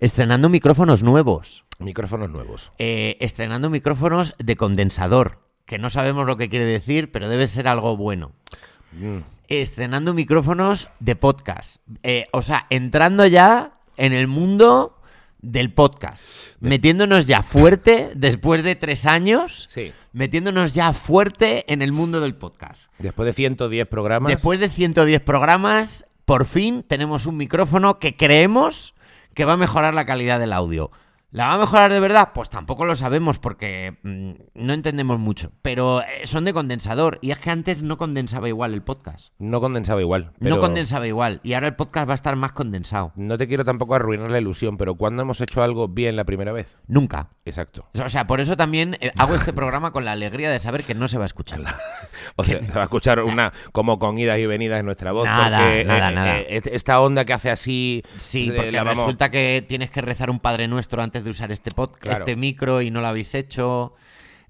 Estrenando micrófonos nuevos. Micrófonos nuevos. Eh, estrenando micrófonos de condensador, que no sabemos lo que quiere decir, pero debe ser algo bueno. Mm. Estrenando micrófonos de podcast. Eh, o sea, entrando ya en el mundo del podcast. Metiéndonos ya fuerte, después de tres años, Sí. metiéndonos ya fuerte en el mundo del podcast. Después de 110 programas. Después de 110 programas, por fin tenemos un micrófono que creemos que va a mejorar la calidad del audio. ¿La va a mejorar de verdad? Pues tampoco lo sabemos porque mm, no entendemos mucho. Pero eh, son de condensador. Y es que antes no condensaba igual el podcast. No condensaba igual. pero No condensaba igual. Y ahora el podcast va a estar más condensado. No te quiero tampoco arruinar la ilusión, pero cuando hemos hecho algo bien la primera vez? Nunca. Exacto. O sea, por eso también eh, hago este programa con la alegría de saber que no se va a escuchar. O sea, se va a escuchar una como con idas y venidas en nuestra voz. Nada, porque, eh, nada, nada. et- este, esta onda que hace así. Sí, eh, porque la vamos- resulta que tienes que rezar un Padre Nuestro antes de usar este podcast, Claro. este micro y no lo habéis hecho.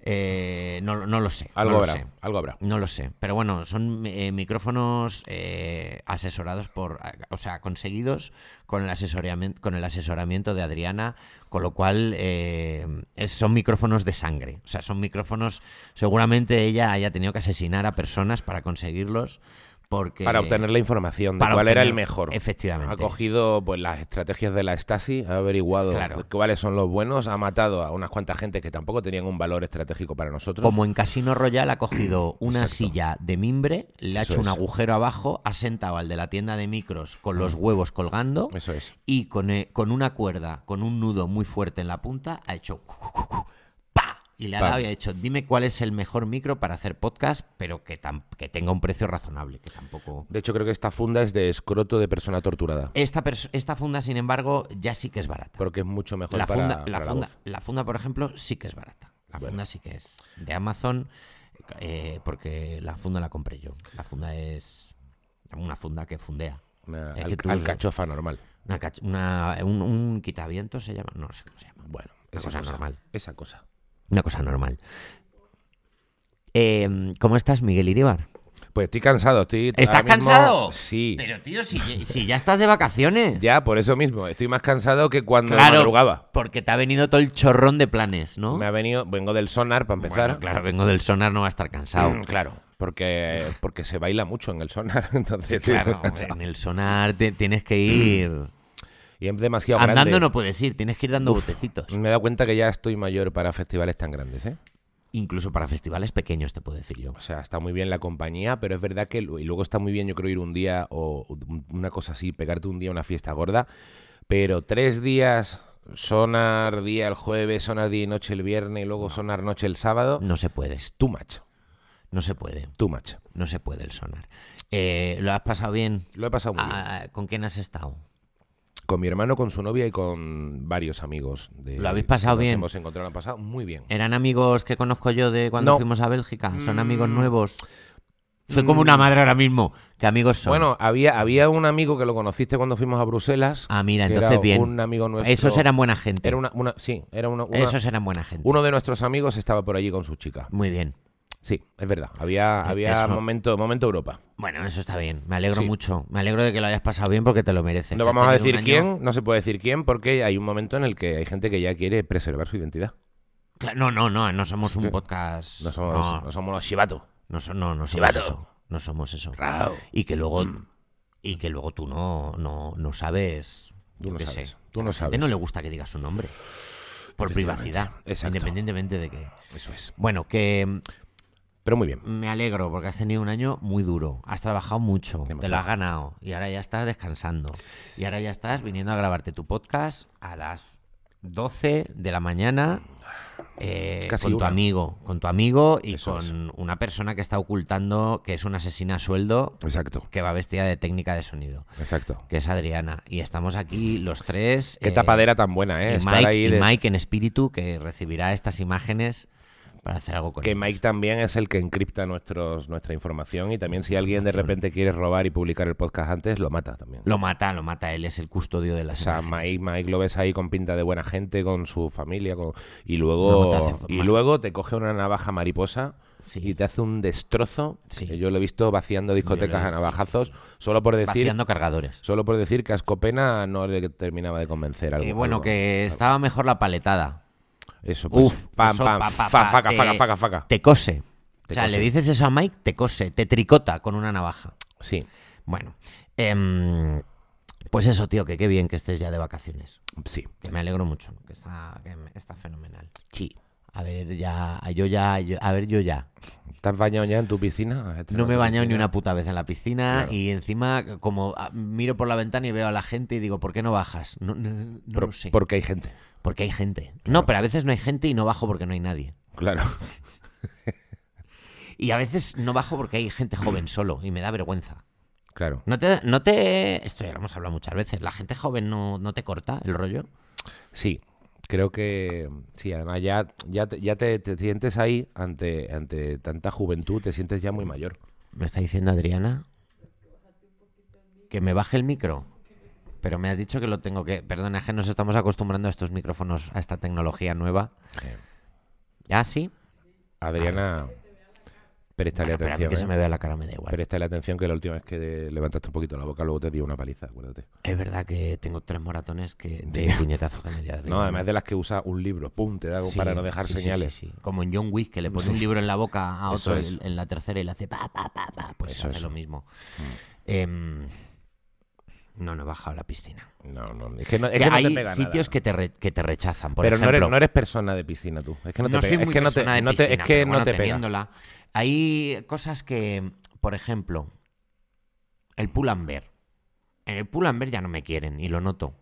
Eh, no, no lo sé. Algo no habrá, Lo sé. algo habrá. No lo sé, pero bueno, son eh, micrófonos eh, asesorados por, o sea, conseguidos con el asesoramiento, con el asesoramiento de Adriana, con lo cual eh, es- son micrófonos de sangre, o sea, son micrófonos. Seguramente ella haya tenido que asesinar a personas para conseguirlos, porque Para obtener la información de para cuál era obtener- el mejor. efectivamente. Ha cogido pues las estrategias de la Stasi, ha averiguado Claro. cuáles son los buenos, ha matado a unas cuantas gente que tampoco tenían un valor estratégico para nosotros. Como en Casino Royal ha cogido una silla de mimbre, le ha Eso hecho un es. agujero abajo, ha sentado al de la tienda de micros con los huevos colgando Eso Mm. es. y con, eh, con una cuerda, con un nudo muy fuerte en la punta, ha hecho... ¡Pa! Y le ha Pa. dado y ha hecho, dime cuál es el mejor micro para hacer podcast, pero que, tam- que tenga un precio razonable, que tampoco... De hecho, creo que esta funda es de escroto de persona torturada. Esta, pers- esta funda, sin embargo, ya sí que es barata. Porque es mucho mejor La para, funda, la, para la funda, voz. la funda, por ejemplo, sí que es barata. La funda sí que es de Amazon, eh, porque la funda la compré yo. La funda es una funda que fundea. Una Es al- que tú- alcachofa normal. Una cach- una- un, un quitaviento se llama, no sé cómo se llama. Bueno, Una cosa normal. Esa cosa. Una cosa normal. Eh, ¿Cómo estás, Miguel Iribar? Pues estoy cansado, estoy. ¿Estás ahora mismo- cansado? Sí. Pero tío, si, ye- si ya estás de vacaciones. Ya, por eso mismo. Estoy más cansado que cuando madrugaba. porque te ha venido todo el chorrón de planes, ¿no? Me ha venido. Vengo del sonar para Bueno, empezar. claro, vengo del sonar, no va a estar cansado. Mm, claro. Porque, porque se baila mucho en el sonar. Entonces, estoy Claro, cansado. en el sonar te- tienes que ir. Y es demasiado Andando grande. no puedes ir, tienes que ir dando botecitos. Me he dado cuenta que ya estoy mayor para festivales tan grandes, ¿eh? Incluso para festivales pequeños, te puedo decir yo. O sea, está muy bien la compañía, pero es verdad que lu- y luego está muy bien, yo creo, ir un día o un- una cosa así, pegarte un día a una fiesta gorda, pero tres días, sonar día el jueves, sonar día y noche el viernes y luego sonar noche el sábado, No se puede, es too much, no se puede, too much. no se puede el sonar. Eh, ¿Lo has pasado bien? Lo he pasado muy bien. Ah, ¿Con quién has estado? Con mi hermano, con su novia y con varios amigos. De, ¿Lo habéis pasado que nos bien? hemos encontrado, lo han pasado muy bien. ¿Eran amigos que conozco yo de cuando No. fuimos a Bélgica? ¿Son amigos nuevos? Soy como una madre ahora mismo. ¿Qué amigos son? Mm. Bueno, había, había un amigo que lo conociste cuando fuimos a Bruselas. ah, mira, que entonces era bien. Un amigo nuestro. Esos eran buena gente. Era una, una- sí, era una, una- Esos eran buena gente. Uno de nuestros amigos estaba por allí con su chica. Muy bien. Sí, es verdad. Había, Eh, había eso. momento, momento Europa. Bueno, eso está bien. Me alegro Sí. mucho. Me alegro de que lo hayas pasado bien porque te lo mereces. No Que has vamos a tenido un decir año- quién, no se puede decir quién, porque hay un momento en el que hay gente que ya quiere preservar su identidad. Cla- No, no, no. No somos un que podcast. No somos, no, no somos los chivatos. no so- no, no somos Chivato. eso. No somos eso. Rao. Y que luego. Mm. Y que luego tú no, no, no sabes. Tú yo no qué sabes. sé. Tú no A la gente sabes. no le gusta que diga su nombre. Por privacidad. Exacto. Independientemente de que. Eso es. Bueno, que mm, Pero muy bien. me alegro porque has tenido un año muy duro. Has trabajado mucho. Hemos te lo has ganado. Y ahora ya estás descansando. Y ahora ya estás viniendo a grabarte tu podcast a las 12 de la mañana. eh, Casi con tu una. amigo, con tu amigo y Eso con es. una persona que está ocultando que es una asesina a sueldo Exacto. que va vestida de técnica de sonido, Exacto. que es Adriana. Y estamos aquí los tres. Qué eh, tapadera tan buena, ¿eh? y Estar Mike, ahí y de- Mike en espíritu que recibirá estas imágenes para hacer algo con Que ellas. Mike también es el que encripta nuestros, nuestra información y también si alguien de repente quiere robar y publicar el podcast antes, lo mata también. Lo mata, lo mata. Él es el custodio de O las sea, imágenes. Mike, Mike lo ves ahí con pinta de buena gente, con su familia, con... y No, te luego hace- y Mike. luego te coge una navaja mariposa Sí. y te hace un destrozo. Sí. que Yo lo he visto vaciando discotecas a sí, navajazos, solo por decir, vaciando cargadores. solo por decir que a Ascopena no le terminaba de convencer algo. Eh, bueno, algo. que estaba mejor la paletada. eso, pues, Uf, pam, eso, pam, pa, pa, fa, pa, faca, te- faca, faca, faca. Te cose. Ah. o Te sea, le cose. dices eso a Mike, te cose, te tricota con una navaja. Sí, Bueno, em, pues eso, tío, que qué bien que estés ya de vacaciones. sí, Que me alegro mucho, que está, que me- está fenomenal. sí. A ver, ya, yo ya, yo- a ver, yo ya. ¿Estás bañado ya en tu piscina? No me he bañado ni una puta vez en la piscina Claro. y encima, como ah, miro por la ventana y veo a la gente y digo, ¿por qué no bajas? No, no, no Por- lo sé. Porque hay gente. Porque hay gente. No, pero a veces no hay gente y no bajo porque no hay nadie. Claro. Y a veces no bajo porque hay gente Mm. joven solo y me da vergüenza. Claro. No te, no te. Esto ya lo hemos hablado muchas veces. La gente joven no, no te corta el rollo. Sí, creo que sí, además ya, ya, te, ya te, te sientes ahí ante, ante tanta juventud, te sientes ya muy mayor. Me está diciendo Adriana que me baje el micro. Pero me has dicho que lo tengo que. Perdona, es que nos estamos acostumbrando a estos micrófonos, a esta tecnología nueva. ¿Ah, sí? Adriana, prestale Bueno, pero a mí atención. que se ¿eh? me vea la cara me da igual. Préstale atención que la última vez que levantaste un poquito la boca luego te dio una paliza, acuérdate. Es verdad que tengo tres moratones que de puñetazo que me dio Adriana. No, además de las que usa un libro, pum, te da Sí, para no dejar sí, sí, señales. sí, sí. Como en John Wick, que le pone un libro en la boca a Eso otro es. en- en la tercera y le hace pa, pa, pa, pa, Pues Eso hace es. Mm. lo mismo. Em, no, no he bajado a la piscina. No, no, es que no, es Que que no hay te pega sitios nada. que te, re- que te rechazan, por Pero no ejemplo. eres, no eres persona de piscina tú. Es que no te pega. soy es muy que no te, persona de no te- piscina, es que pero no bueno, te pega. teniéndola. Hay cosas que, por ejemplo, el pull and bear. En el pull and bear ya no me quieren y lo noto.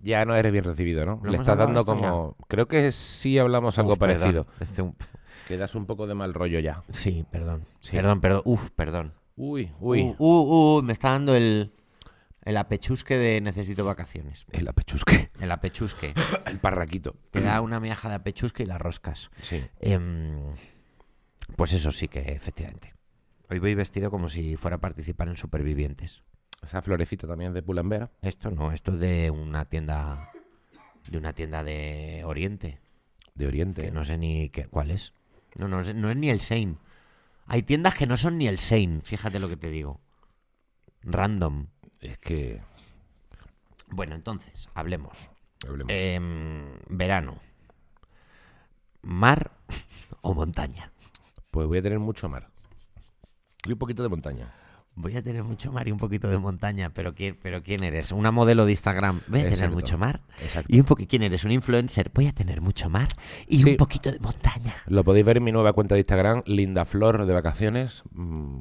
Ya no eres bien recibido, ¿no? ¿Lo Le hemos estás hablado dando esto ya? como. Creo que sí hablamos algo Uf, parecido. perdón. Este- Que das un poco de mal rollo ya. sí, perdón. Sí. Perdón, perdón. Uf, perdón. Uy, uy. Uh, uh, uh, me está dando el, el apechusque de necesito vacaciones. El apechusque. El apechusque. El parraquito. Te da una miaja de apechusque y la roscas. Sí. Em, pues eso sí que, efectivamente. Hoy voy vestido como si fuera a participar en Supervivientes. Esa florecita también es de Pulambera. Esto no, esto es de una tienda de una tienda de Oriente, De Oriente. que no sé ni qué, cuál es. No, no, es- no es ni el Sein. Hay tiendas que no son ni el Sein, fíjate lo que te digo. Random. Es que. Bueno, entonces, hablemos. Hablemos. Em, verano. ¿Mar o montaña? Pues voy a tener mucho mar. Y un poquito de montaña. Voy a tener mucho mar y un poquito de montaña, pero ¿quién, pero quién eres? ¿Una modelo de Instagram? Voy a tener Exacto, mucho mar. exacto. Y un poquito, ¿Quién eres? ¿Un influencer? Voy a tener mucho mar y Sí. un poquito de montaña. Lo podéis ver en mi nueva cuenta de Instagram, Lindaflor de Vacaciones. mm,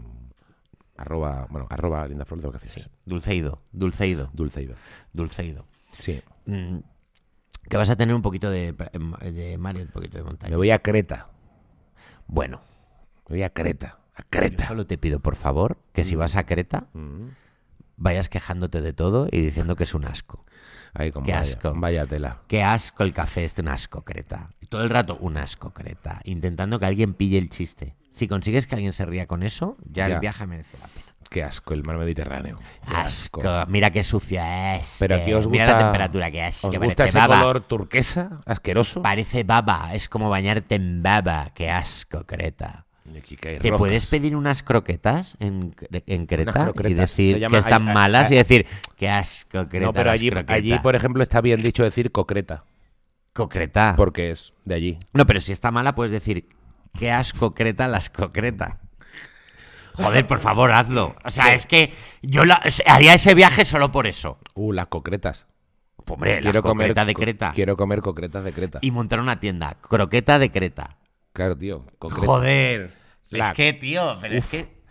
arroba, bueno, arroba Lindaflor de Vacaciones. Dulceido, Dulceido, Dulceida. Dulceido. Sí. Mm, que vas a tener un poquito de, em, de mar y un poquito de Me montaña. voy a Creta. Bueno, Me voy a Creta. A yo Creta. solo te pido, por favor, que si vas a Creta, Mm. vayas quejándote de todo y diciendo que es un asco. Ahí como Qué vaya- asco. vaya tela. Qué asco el café, es un asco, Creta. Todo el rato, un asco, Creta. Intentando que alguien pille el chiste. Si consigues que alguien se ría con eso, ya, Ya. el viaje merece la pena. Qué asco el mar Mediterráneo. Qué Asco. mira qué sucia es. Pero eh. aquí os gusta. Mira la temperatura que es, ¿Os que gusta parece ese baba. color turquesa? Asqueroso. Parece baba, es como bañarte en baba. Qué asco, Creta. Y aquí que hay ¿Te rocas. puedes pedir unas croquetas en, Cre- en Unas Creta y croquetas. Se decir llama- que están ay, ay, malas ay. y decir qué asco, Creta? No, pero las allí, croquetas"? allí, por ejemplo, está bien dicho decir concreta, Concreta. porque es de allí. No, pero si está mala, puedes decir, qué asco creta las concreta. Joder, por favor, hazlo. O sea, es que yo la- o sea, haría ese viaje solo por eso. Uh, las concretas. Hombre, la concreta de co- Creta. Quiero comer concretas de Creta. Y montar una tienda, croqueta de Creta. Claro, tío. concreta. Joder. La- Es que, tío, pero es que...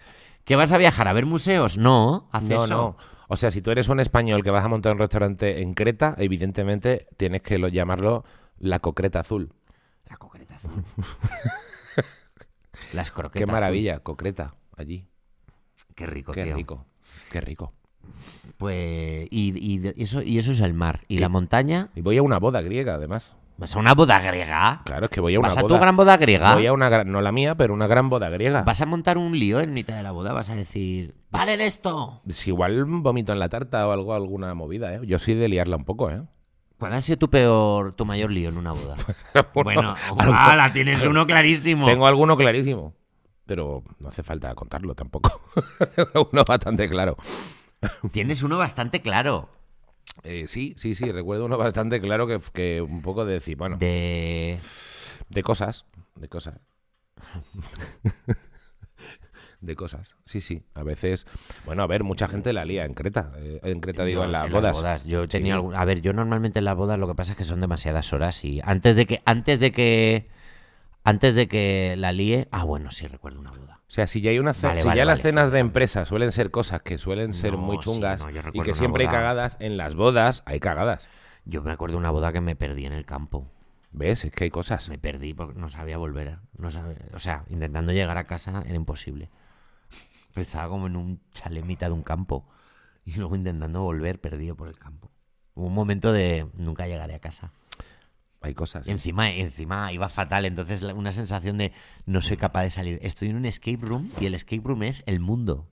¿Que vas a viajar a ver museos? No, haz No, eso. no. O sea, si tú eres un español que vas a montar un restaurante en Creta, evidentemente tienes que lo- llamarlo la concreta azul. La concreta azul. Las croquetas. Qué azul. maravilla, concreta, allí. Qué rico, Qué tío. rico. Qué rico. Pues, y, y de- eso, y eso es el mar. ¿Y la montaña? Y voy a una boda griega, además. ¿Vas a una boda griega? Claro, es que voy a una ¿Vas a boda. tu gran boda griega? Voy a una gran, no la mía, pero una Pues gran boda griega. ¿Vas a montar un lío en mitad de la boda? ¿Vas a decir, paren esto? Si igual vomito en la tarta o algo, alguna movida, ¿eh? Yo soy de liarla un poco, ¿eh? ¿Cuál ha sido tu peor, tu mayor lío en una boda? bueno, ah, la tienes uno clarísimo. Tengo alguno clarísimo. pero no hace falta contarlo tampoco. Uno bastante claro. Tienes uno bastante claro. Eh, sí, sí, sí, recuerdo uno bastante claro que, que un poco de decir, bueno, de, De. cosas, de cosas. de cosas, sí, sí. A veces, bueno, a ver, mucha gente la lía en Creta, eh, en Creta digo, No, en las en bodas. Yo Sí. tenía algún- A ver, yo normalmente en las bodas lo que pasa es que son demasiadas horas y antes de que. Antes de que. Antes de que la líe. Ah, bueno, sí, recuerdo una boda. O sea, si ya hay una ce- Vale, si vale, ya las vale, cenas sí, de vale. empresa suelen ser cosas que suelen ser No, muy sí, chungas no, yo y recuerdo que una siempre hay boda. cagadas, en las bodas hay cagadas. Yo me acuerdo de una boda que me perdí en el campo. ¿Ves? Es que hay cosas. Me perdí porque no sabía volver. ¿eh? No sabía- o sea, intentando llegar a casa era imposible. Estaba como en un chalet mitad de un campo. Y luego intentando volver perdido por el campo. Hubo un momento de nunca llegaré a casa. Hay cosas. Y encima, encima iba fatal. Entonces la- una sensación de no soy capaz de salir. Estoy en un escape room y el escape room es el mundo.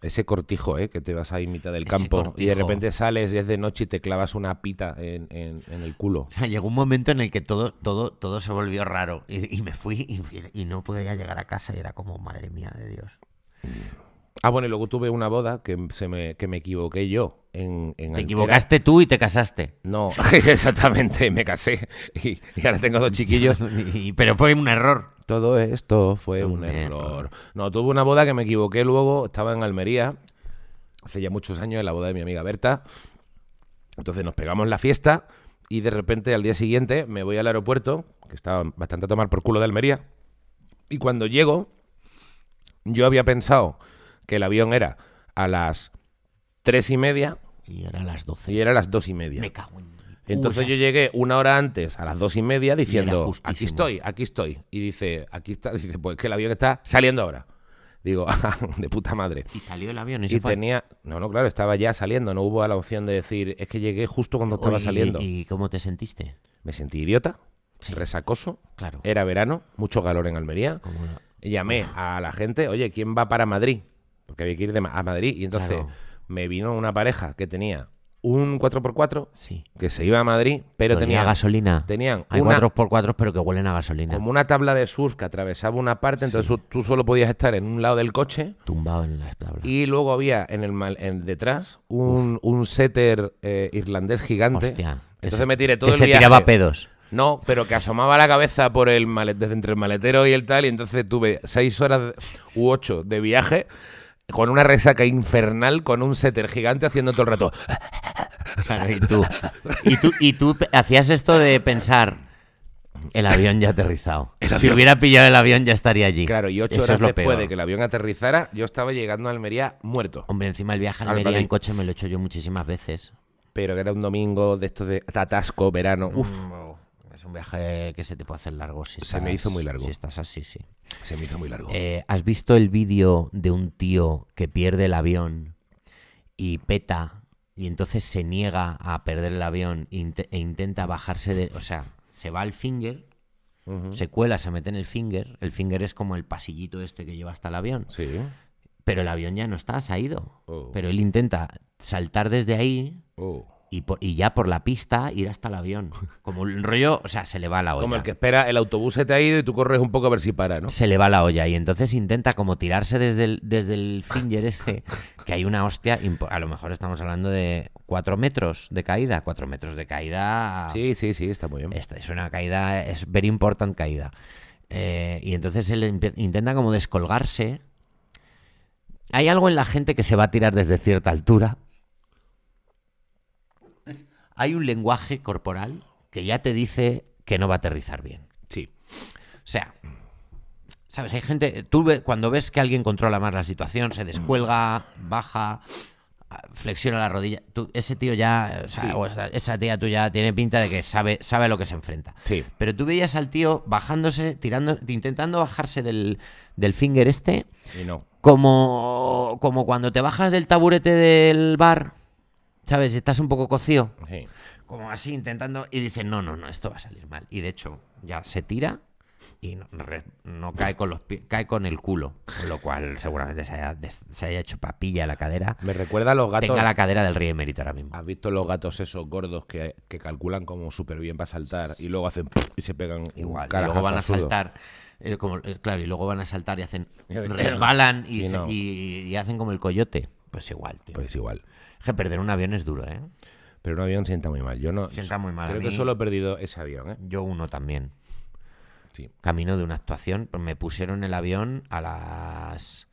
Ese cortijo, ¿eh? Que te vas ahí mitad del Ese campo y de cortijo. repente sales y es de noche y te clavas una pita en, en- en el culo. O sea, llegó un momento en el que todo, todo, todo se volvió raro. Y, y me fui y, fui- y no podía llegar a casa. Y era como, madre mía de Dios. Ah, bueno, y luego tuve una boda que, se me, que me equivoqué yo. En, en Te Alpera. equivocaste tú y te casaste. No, exactamente, me casé y, y ahora tengo dos chiquillos. Y- pero fue un error. Todo esto fue un, Un error. error. No, tuve una boda que me equivoqué luego, estaba en Almería, hace ya muchos años, en la boda de mi amiga Berta. Entonces nos pegamos la fiesta y de repente al día siguiente me voy al aeropuerto, que estaba bastante a tomar por culo de Almería, y cuando llego, yo había pensado que el avión era a las tres y media Y era a las 12. y era a las dos y media. Me cago en. Entonces Uy, yo esas- llegué una hora antes, a las dos y media, diciendo, justísimo. aquí estoy, aquí estoy. Y dice, aquí está, dice, pues que el avión está saliendo ahora. Digo, "Ah, de puta madre. Y salió el avión y, Y se fue. tenía, no, no, claro, estaba ya saliendo, no hubo la opción de decir, es que llegué justo cuando estaba Oye, saliendo. ¿Y cómo te sentiste? Me sentí idiota, Sí. resacoso, Claro. era verano, mucho calor en Almería. Como una- Llamé a la gente, oye, ¿quién va para Madrid? Porque había que ir de Ma- a Madrid. Y entonces Claro. me vino una pareja que tenía un 4x4 Sí. que se iba a Madrid, pero Olía tenía a gasolina. tenían Hay una- 4x4, pero que huelen a gasolina. como una tabla de surf que atravesaba una parte, entonces tú- tú solo podías estar en un lado del coche Tumbado en las tablas. y luego había en el mal- en- detrás un, un setter eh, irlandés gigante. Hostia. que entonces se- me tiré todo que el se viaje. tiraba pedos. No, pero que asomaba la cabeza por el malet- desde entre el maletero y el tal, y entonces tuve seis horas de- u ocho de viaje con una resaca infernal, con un setter gigante haciendo todo el rato. Claro, y tú, y tú, y tú pe- hacías esto de pensar. El avión ya ha aterrizado. Si hubiera pillado el avión ya estaría allí. Claro, y ocho Eso horas es lo después peor. de que el avión aterrizara, yo estaba llegando a Almería muerto. Hombre, encima el viaje a Al Almería Madrid. en coche me lo he hecho yo muchísimas veces. Pero que era un domingo de estos de atasco, verano. Uf, Es un viaje que se te puede hacer largo. Si Se me estás- hizo muy largo. Oh. Si estás así, sí. se me hizo muy largo. Eh, ¿Has visto el vídeo de un tío que pierde el avión y peta y entonces se niega a perder el avión e, inte- e intenta bajarse de... O sea, se va al finger, Ujú. se cuela, se mete en el finger. El finger es como el pasillito este que lleva hasta el avión. Sí. Pero el avión ya no está, se ha ido. Oh. Pero él intenta saltar desde ahí Oh. y, por- y ya por la pista ir hasta el avión. Como un rollo, o sea, se le va la olla. Como el que espera, el autobús se te ha ido y tú corres un poco a ver si para, ¿no? Se le va la olla y entonces intenta como tirarse desde el, desde el finger ese, que hay una hostia, impo- a lo mejor estamos hablando de cuatro metros de caída, cuatro metros de caída, Sí, sí, sí, está muy bien. esta es una caída, es very important caída. Eh, y entonces él empe- intenta como descolgarse. Hay algo en la gente que se va a tirar desde cierta altura. Hay un lenguaje corporal que ya te dice que no va a aterrizar bien. Sí. O sea, ¿sabes? Hay gente. Tú ve- cuando ves que alguien controla más la situación, se descuelga, baja, a- flexiona la rodilla. tú- ese tío ya. o sea, Sí. o esa, esa tía tuya tiene pinta de que sabe, sabe a lo que se enfrenta. Sí. Pero tú veías al tío bajándose, tirando, intentando bajarse del, del finger este, Y no. como, como cuando te bajas del taburete del bar, ¿sabes? Y Estás un poco cocido Sí. como así intentando y dice, no, no, no, esto va a salir mal. Y de hecho, ya se tira, y no, re- no cae con los pies, cae con el culo, con lo cual seguramente se haya, des- se haya hecho papilla la cadera. Me recuerda a los gatos. Tenga la cadera del rey emérito ahora mismo. ¿Has visto los gatos esos gordos que, que calculan como súper bien para saltar y luego hacen y se pegan un Igual, y carajazo luego van a absurdo? saltar. eh, como, eh, claro, y luego van a saltar y hacen. Y a ver, resbalan y, y se- no. y- y hacen como el coyote. Pues igual, tío. Pues igual. Es que perder un avión es duro, ¿eh? Pero un avión sienta muy mal. Yo no. Sienta muy mal. A Creo que mí- solo he perdido ese avión, ¿eh? Yo uno también. Sí. Camino de una actuación, pues me pusieron el avión a las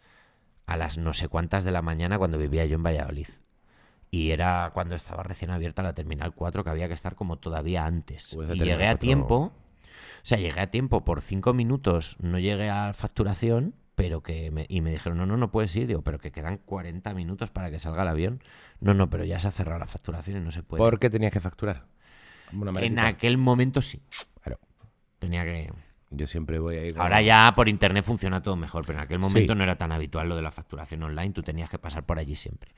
a las no sé cuántas de la mañana cuando vivía yo en Valladolid. Y era cuando estaba recién abierta la terminal 4 que había que estar como todavía antes. Pues esa y Terminal llegué a 4 tiempo. O sea, llegué a tiempo por cinco minutos, no llegué a facturación, pero que me- y me dijeron, "No, no, no puedes ir." Digo, "Pero que quedan 40 minutos para que salga el avión." No, no, pero ya se ha cerrado la facturación y no se puede. ¿Por qué tenías que facturar? Una en maletita. aquel momento sí. Claro. Tenía que Yo siempre voy a ir. Ahora ya por internet funciona todo mejor, pero en aquel momento no era tan habitual lo de la facturación online, tú tenías que pasar por allí siempre.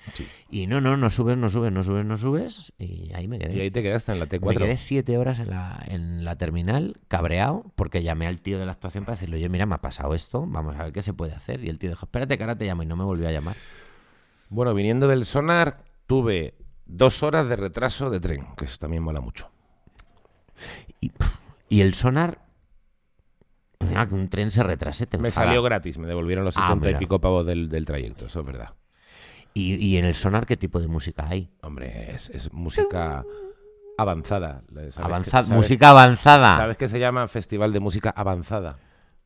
Y no, no, no subes, no subes, no subes, no subes, y ahí me quedé. Y ahí te quedaste en la me T4. quedé siete horas en la, en la terminal, cabreado, porque llamé al tío de la actuación para decirle, oye, mira, me ha pasado esto, vamos a ver qué se puede hacer. Y el tío dijo, espérate que ahora te llamo, y no me volvió a llamar. Bueno, viniendo del sonar, tuve dos horas de retraso de tren, que eso también mola mucho. Y, pff, y el sonar... encima que un tren se retrase, te Me enfada. salió gratis, me devolvieron los Ah, 70 y mira. pico pavos del, del trayecto, eso es verdad. Y, y en el sonar, ¿qué tipo de música hay? Hombre, es, es música avanzada. ¿sabes que- Avanzada, sabes- música Ah. avanzada. ¿Sabes que se llama Festival de Música Avanzada?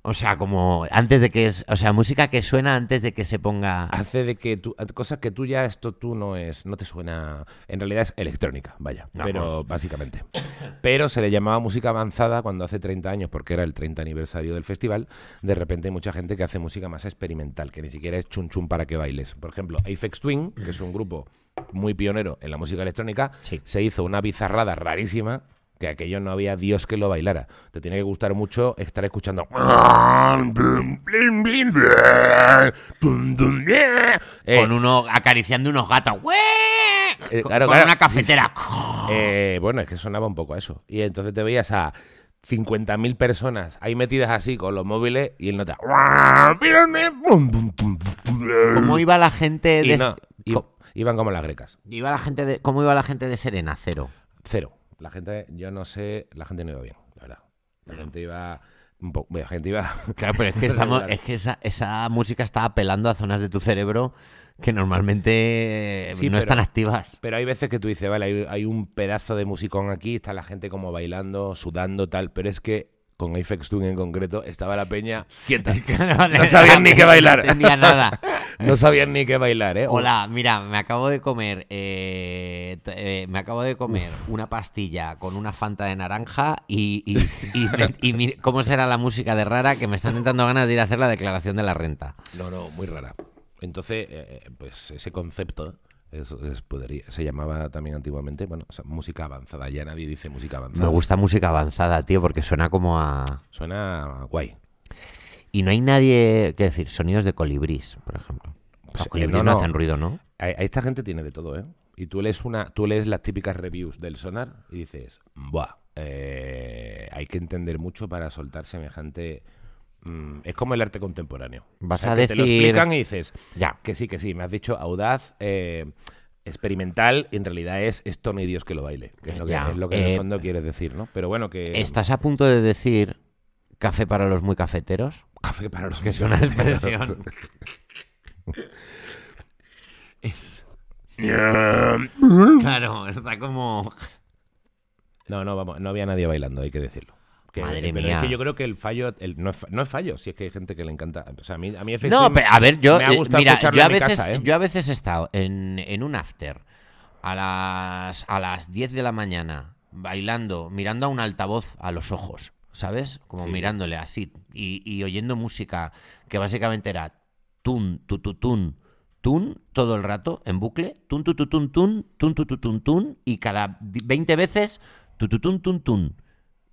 O sea, como antes de que es, o sea, música que suena antes de que se ponga. Hace de que tú, cosas que tú ya esto tú no es, no te suena, en realidad es electrónica, vaya, No, pero básicamente. Pero se le llamaba música avanzada cuando hace 30 años, porque era el 30 aniversario del festival, de repente hay mucha gente que hace música más experimental, que ni siquiera es chun chun para que bailes. Por ejemplo, Aphex Twin, que es un grupo muy pionero en la música electrónica, Sí. se hizo una bizarrada rarísima que aquello no había Dios que lo bailara. Te tiene que gustar mucho estar escuchando Eh, con uno acariciando unos gatos. ¡Güey! Eh, Con- claro, con claro. una cafetera. Eh, bueno, es que sonaba un poco a eso. Y entonces te veías a 50.000 personas ahí metidas así con los móviles y el nota. ¿Cómo iba la gente de Y no, i- co- iban como las grecas. iba la gente de cómo iba la gente de Serena? Cero. Cero. La gente, yo no sé, la gente no iba bien, la verdad. La gente iba. Un poco, la gente iba. Claro, pero es que estamos, eh. Regular. es que esa, esa música está apelando a zonas de tu cerebro que normalmente eh, Sí, no pero- están activas. Pero hay veces que tú dices, vale, hay, hay un pedazo de musicón aquí, está la gente como bailando, sudando, tal, pero es que con Aphex Twin en concreto estaba la peña quieta. No sabían ni qué bailar. No entendía nada. No sabían ni qué bailar, ¿eh? Hola, mira, me acabo de comer, eh, t- eh, me acabo de comer una pastilla con una fanta de naranja y, y, y me- y mi- cómo será la música de rara que me están entrando ganas de ir a hacer la declaración de la renta. No, no, muy rara. Entonces, eh, eh, pues ese concepto es- es- podría- se llamaba también antiguamente, bueno, o sea, música avanzada. Ya nadie dice música Me avanzada. gusta música avanzada, tío, porque suena como a Suena guay. y no hay nadie, qué decir, sonidos de colibrís, por ejemplo. Los Pues, eh, colibrís no, no, no. hacen ruido, ¿no? A, a esta gente tiene de todo, ¿eh? Y tú lees una, tú lees las típicas reviews del sonar y dices, buah, eh, hay que entender mucho para soltar semejante. mm, es como el arte contemporáneo. Vas O sea, a que te lo decir- explican y dices, Ya. que sí, que sí, me has dicho audaz, eh, experimental, y en realidad es esto no hay Dios que lo baile, que es lo que, Ya, es lo que en el eh, fondo quieres decir, Eh, ¿no? Pero bueno, que Estás a punto de decir café para los muy cafeteros. café para los que es una expresión. claro, está como. No, no, vamos, no había nadie bailando, hay que decirlo. Que- eh, Madre pero mía. es que yo creo que el fallo, el- no, es, fa- no es fallo, si es que hay gente que le encanta. O sea, a mí, a mí No, FXM pero a ver, yo. me ha eh, gustado mira, escucharlo yo a, en mi veces, casa, ¿eh? yo a veces he estado en, en un after a las, a las 10 de la mañana bailando, mirando a un altavoz a los ojos, ¿sabes? Como mirándole así y, y oyendo música que básicamente era tun, tu, tu, tun, tun, todo el rato en bucle, tun, tu, tu, tun, tun, tun, tu, tu, tun, tun, y cada 20 veces tu, tu, tun, tun, tun.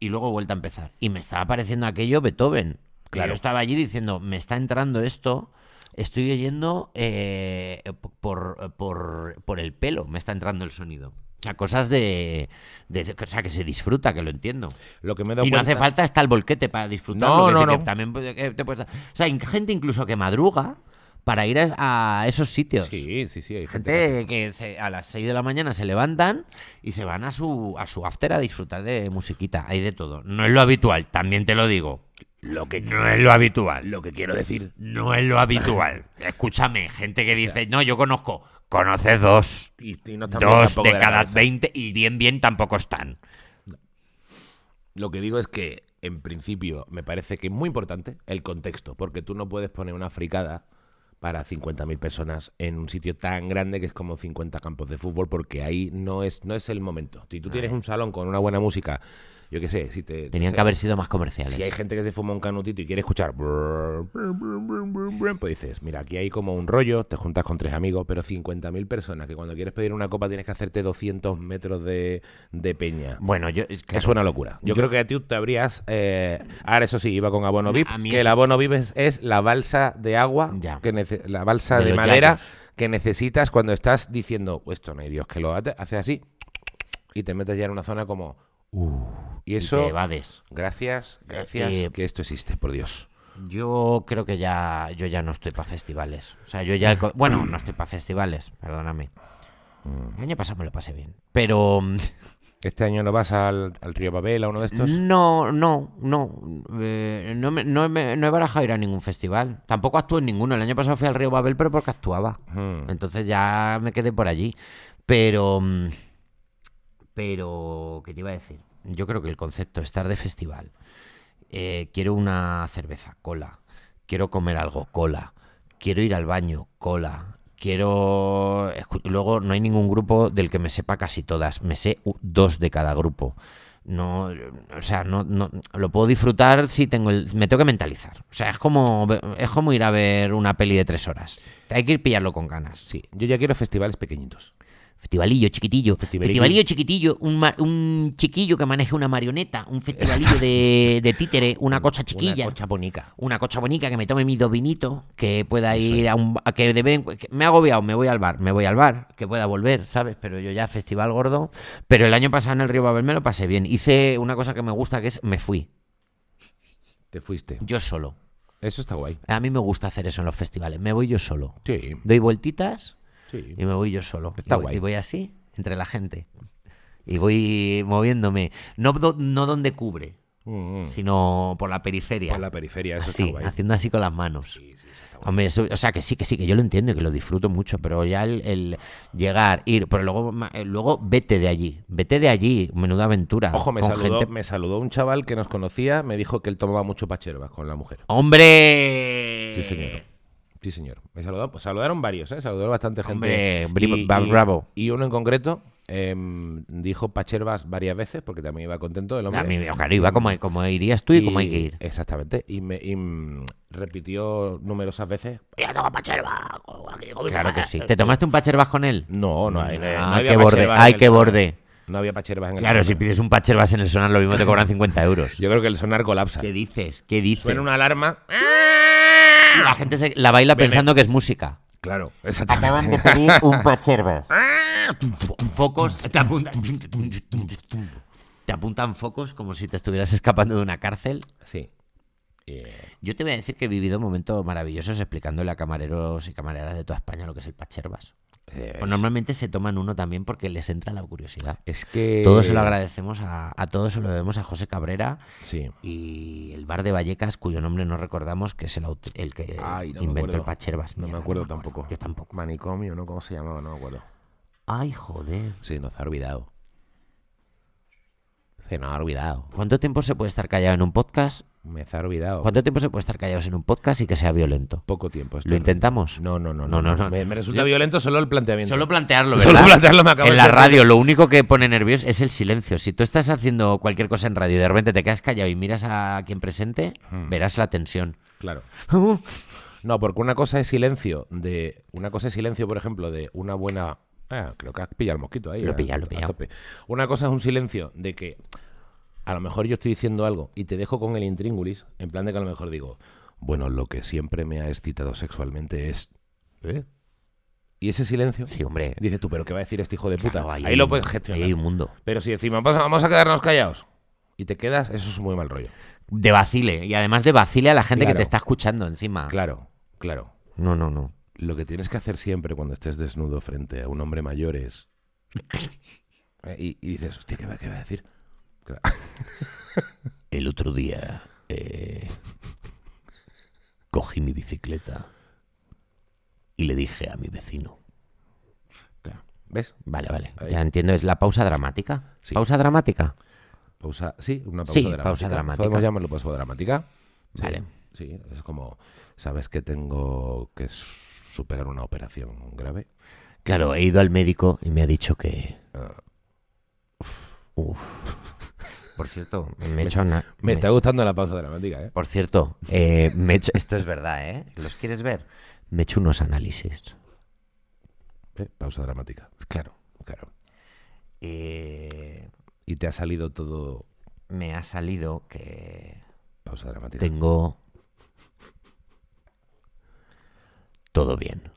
Y luego vuelta a empezar. Y me estaba pareciendo aquello Beethoven. Claro. Claro. Yo estaba allí diciendo, me está entrando esto, estoy oyendo eh, por, por, por el pelo, me está entrando el sonido. a cosas de, de- O sea, que se disfruta, que lo entiendo. Lo que me he dado Y no cuenta- hace falta hasta el volquete para disfrutarlo. No, quiero no, decir que no. También puede- que te puedes- O sea, hay gente incluso que madruga para ir a, a esos sitios. Sí, sí, sí. Hay gente que- Gente que se- a las 6 de la mañana se levantan y se van a su, a su after a disfrutar de musiquita. Hay de todo. No es lo habitual, también te lo digo. Lo que no es lo habitual. Lo que quiero decir. No es lo habitual. Escúchame, gente que dice, no, yo conozco. Conoces dos. y- y no están bien Dos tampoco de ¿eh? la cada cabeza. 20 y bien, bien tampoco están. Lo que digo es que, en principio, me parece que es muy importante el contexto, porque tú no puedes poner una fricada para 50.000 personas en un sitio tan grande que es como 50 campos de fútbol, porque ahí no es, no es el momento. Si tú tienes un salón con una buena música, yo qué sé, si te... no Tenían sé, que haber sido más comerciales. Si hay gente que se fuma un canutito y quiere escuchar... brrr, brrr, brrr, brrr, brrr, Pues dices, mira, aquí hay como un rollo, te juntas con tres amigos, pero 50.000 personas que cuando quieres pedir una copa tienes que hacerte 200 metros de, de peña. Bueno, yo. es que- Es una locura. Yo creo que a ti te habrías. eh, ahora, eso sí, iba con abono VIP. A mí Que el eso- abono VIP es, es la balsa de agua, Ya. que nece- la balsa De de, los madera yayos. que necesitas cuando estás diciendo, esto no hay Dios que lo hace, haces así y te metes ya en una zona como. "Uh", y y eso. te evades. gracias, gracias Eh, que esto existe, por Dios. Yo creo que ya yo ya no estoy para festivales. O sea, yo ya el co- bueno, no estoy para festivales, perdóname. El año pasado me lo pasé bien, pero mm, ¿Este año no vas al, al Río Papel a uno de estos? no, no, no, eh, no, me- no me- no he barajado ir a ningún festival. Tampoco actúo en ninguno. El año pasado fui al Río Babel, pero porque actuaba. Mm. Entonces ya me quedé por allí. Pero, mm, pero, ¿qué te iba a decir? Yo creo que el concepto estar de festival. eh, quiero una cerveza, cola. Quiero comer algo, cola. Quiero ir al baño, cola. Quiero. escu- Luego no hay ningún grupo del que me sepa casi todas. Me sé u- dos de cada grupo. No, o sea, no, no- lo puedo disfrutar si tengo el, me tengo que mentalizar. O sea, es como ve- es como ir a ver una peli de tres horas. Hay que ir pillarlo con ganas. Sí, yo ya quiero festivales pequeñitos. Festivalillo chiquitillo. Festivaliqui. Festivalillo chiquitillo. Un, ma- un chiquillo que maneje una marioneta. Un festivalillo de, de títere. Una cosa chiquilla. Una cocha bonica. Una cocha bonita que me tome mis dos vinitos, que pueda ir a un... a que de vez en cu- que me ha agobiado, me voy al bar, me voy al bar, que pueda volver, ¿sabes? Pero yo ya festival gordo. Pero el año pasado en el Río Babel me lo pasé bien. Hice una cosa que me gusta, que es me fui, Te fuiste. yo solo. Eso está guay. A mí me gusta hacer eso en los festivales, me voy yo solo. Sí, Doy vueltitas sí. y me voy yo solo. y, Está voy, guay. y voy así, entre la gente. Y voy moviéndome, no, do- no donde cubre, Mm, mm. sino por la periferia. Por la periferia, eso así, está guay. haciendo así con las manos. Sí, sí, eso está guay. Hombre, eso- o sea, que sí, que sí, que yo lo entiendo y que lo disfruto mucho, pero ya el, el llegar, ir, pero luego, ma- eh, luego vete de allí, vete de allí, menuda aventura. Ojo, me con saludó, gente- me saludó un chaval que nos conocía, me dijo que él tomaba mucho pacherba con la mujer. ¡Hombre! Sí, señor. Sí, señor. Me saludó, pues saludaron varios, ¿eh? Saludaron bastante gente. Hombre, bri- ba- bravo. y uno en concreto em, dijo pachervas varias veces, porque también iba contento del hombre. A mí, claro, iba como, como irías tú y, como hay que ir. Exactamente. Y me y, mm, repitió numerosas veces. Claro que sí. ¿Te tomaste un pacherbas con él? No, no, hay, no, Ah, había qué borde, pacherbas en ay, el qué sonar. borde. No había pacherbas en el Claro, si sonar. pides un pacherbas en el sonar, lo mismo te cobran 50 euros. Yo creo que el sonar colapsa. ¿Qué dices? ¿Qué dices? Suena una alarma. La gente se- la baila pensando que es música. Claro, Acaban exactamente. de pedir un pacherbas. Focos. Te apuntan, te apuntan focos como si te estuvieras escapando de una cárcel. Sí. Eh, Yo te voy a decir que he vivido momentos maravillosos explicándole a camareros y camareras de toda España lo que es el pacherbas. eh, Pues normalmente se toman uno también porque les entra la curiosidad. es que. Todo se lo agradecemos a, a todos, se lo debemos a José Cabrera Sí. y el bar de Vallecas, cuyo nombre no recordamos, que es el, aut- el que Ay, no me inventó Eh, el acuerdo. pacherbas. No me Mierda, acuerdo tampoco. Yo tampoco. Manicomio, ¿no? ¿Cómo se llamaba? No me acuerdo. Ay, joder. Sí, nos ha olvidado. Se nos ha olvidado. ¿Cuánto tiempo se puede estar callado en un podcast? Me se ha olvidado. ¿Cuánto tiempo se puede estar callados en un podcast y que sea violento? Poco tiempo. esto ¿Lo es- intentamos? No, no, no. No, no, no. Me, me resulta violento solo el planteamiento. Solo plantearlo, ¿verdad? Solo plantearlo me acabo En de la sentir. radio lo único que pone nervioso es el silencio. Si tú estás haciendo cualquier cosa en radio y de repente te quedas callado y miras a quien presente, Hmm. verás la tensión. Claro. No, porque una cosa es silencio de. Una cosa es silencio, por ejemplo, de una buena. Ah, creo que has pillado el mosquito ahí. Lo he a- pillado, lo he a pillado. tope. Una cosa es un silencio de que a lo mejor yo estoy diciendo algo y te dejo con el intríngulis, en plan de que a lo mejor digo, bueno, lo que siempre me ha excitado sexualmente es. ¿eh? ¿Y ese silencio? Sí, hombre. Dice tú, pero ¿qué va a decir este hijo de puta? Claro, ahí, hay lo un- puedes gestionar. Ahí hay un mundo. Pero si decimos, "Pasa, vamos a quedarnos callados y te quedas, eso es un muy mal rollo. De vacile. Y además de vacile a la gente que Claro. te está escuchando encima. Claro, claro. No, no, no. Lo que tienes que hacer siempre cuando estés desnudo frente a un hombre mayor es... Eh, Y, y dices, hostia, ¿qué va, qué va a decir? Claro. El otro día eh, cogí mi bicicleta y le dije a mi vecino. ¿Ves? Vale, vale. Ahí. Ya entiendo. Es la pausa dramática. Sí. Pausa dramática. Pausa, sí, una pausa Sí, dramática. pausa dramática. Podemos llamarlo pausa dramática. Sí, Vale. Sí, es como, sabes que tengo que su- superar una operación grave. Claro, he ido al médico y me ha dicho que. Ah. Uf. Por cierto, me he hecho una- me- Me está gustando la pausa dramática, ¿eh? Por cierto, eh, me he hecho- esto es verdad, ¿eh? ¿Los quieres ver? Me he hecho unos análisis. ¿Eh? Pausa dramática. Claro. Claro. Eh, Y te ha salido todo me ha salido que pausa dramática. tengo todo bien.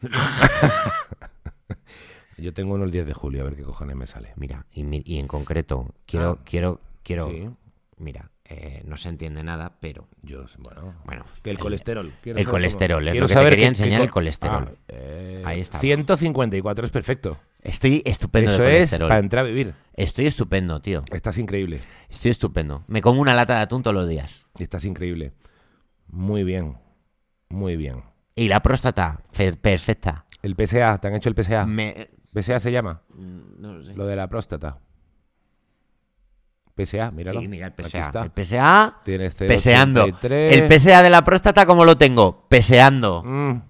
Yo tengo uno el 10 de julio, a ver qué cojones me sale. Mira, y, mi- y en concreto, quiero, Ah. quiero, quiero. Sí. Mira, eh, no se entiende nada, pero Yo, bueno. bueno. Que el, colesterol. Quiero el saber colesterol, es lo que te quería enseñar, el colesterol. Ah, eh, Ahí estaba. 154 es perfecto. Estoy estupendo de Eso es colesterol. para entrar a vivir. Estoy estupendo, tío. Estás increíble. Estoy estupendo. Me como una lata de atún todos los días. Estás increíble. Muy bien. Muy bien. Y la próstata, fer- perfecta. El PSA, ¿te han hecho el PSA? Me... eh, ¿PSA se llama? No lo sé. Lo de la próstata. PSA, míralo. Sí, mira, el Aquí PSA. está. El PSA, Tienes peseando. 0,83. El PSA de la próstata, ¿cómo lo tengo? Peseando. Mm,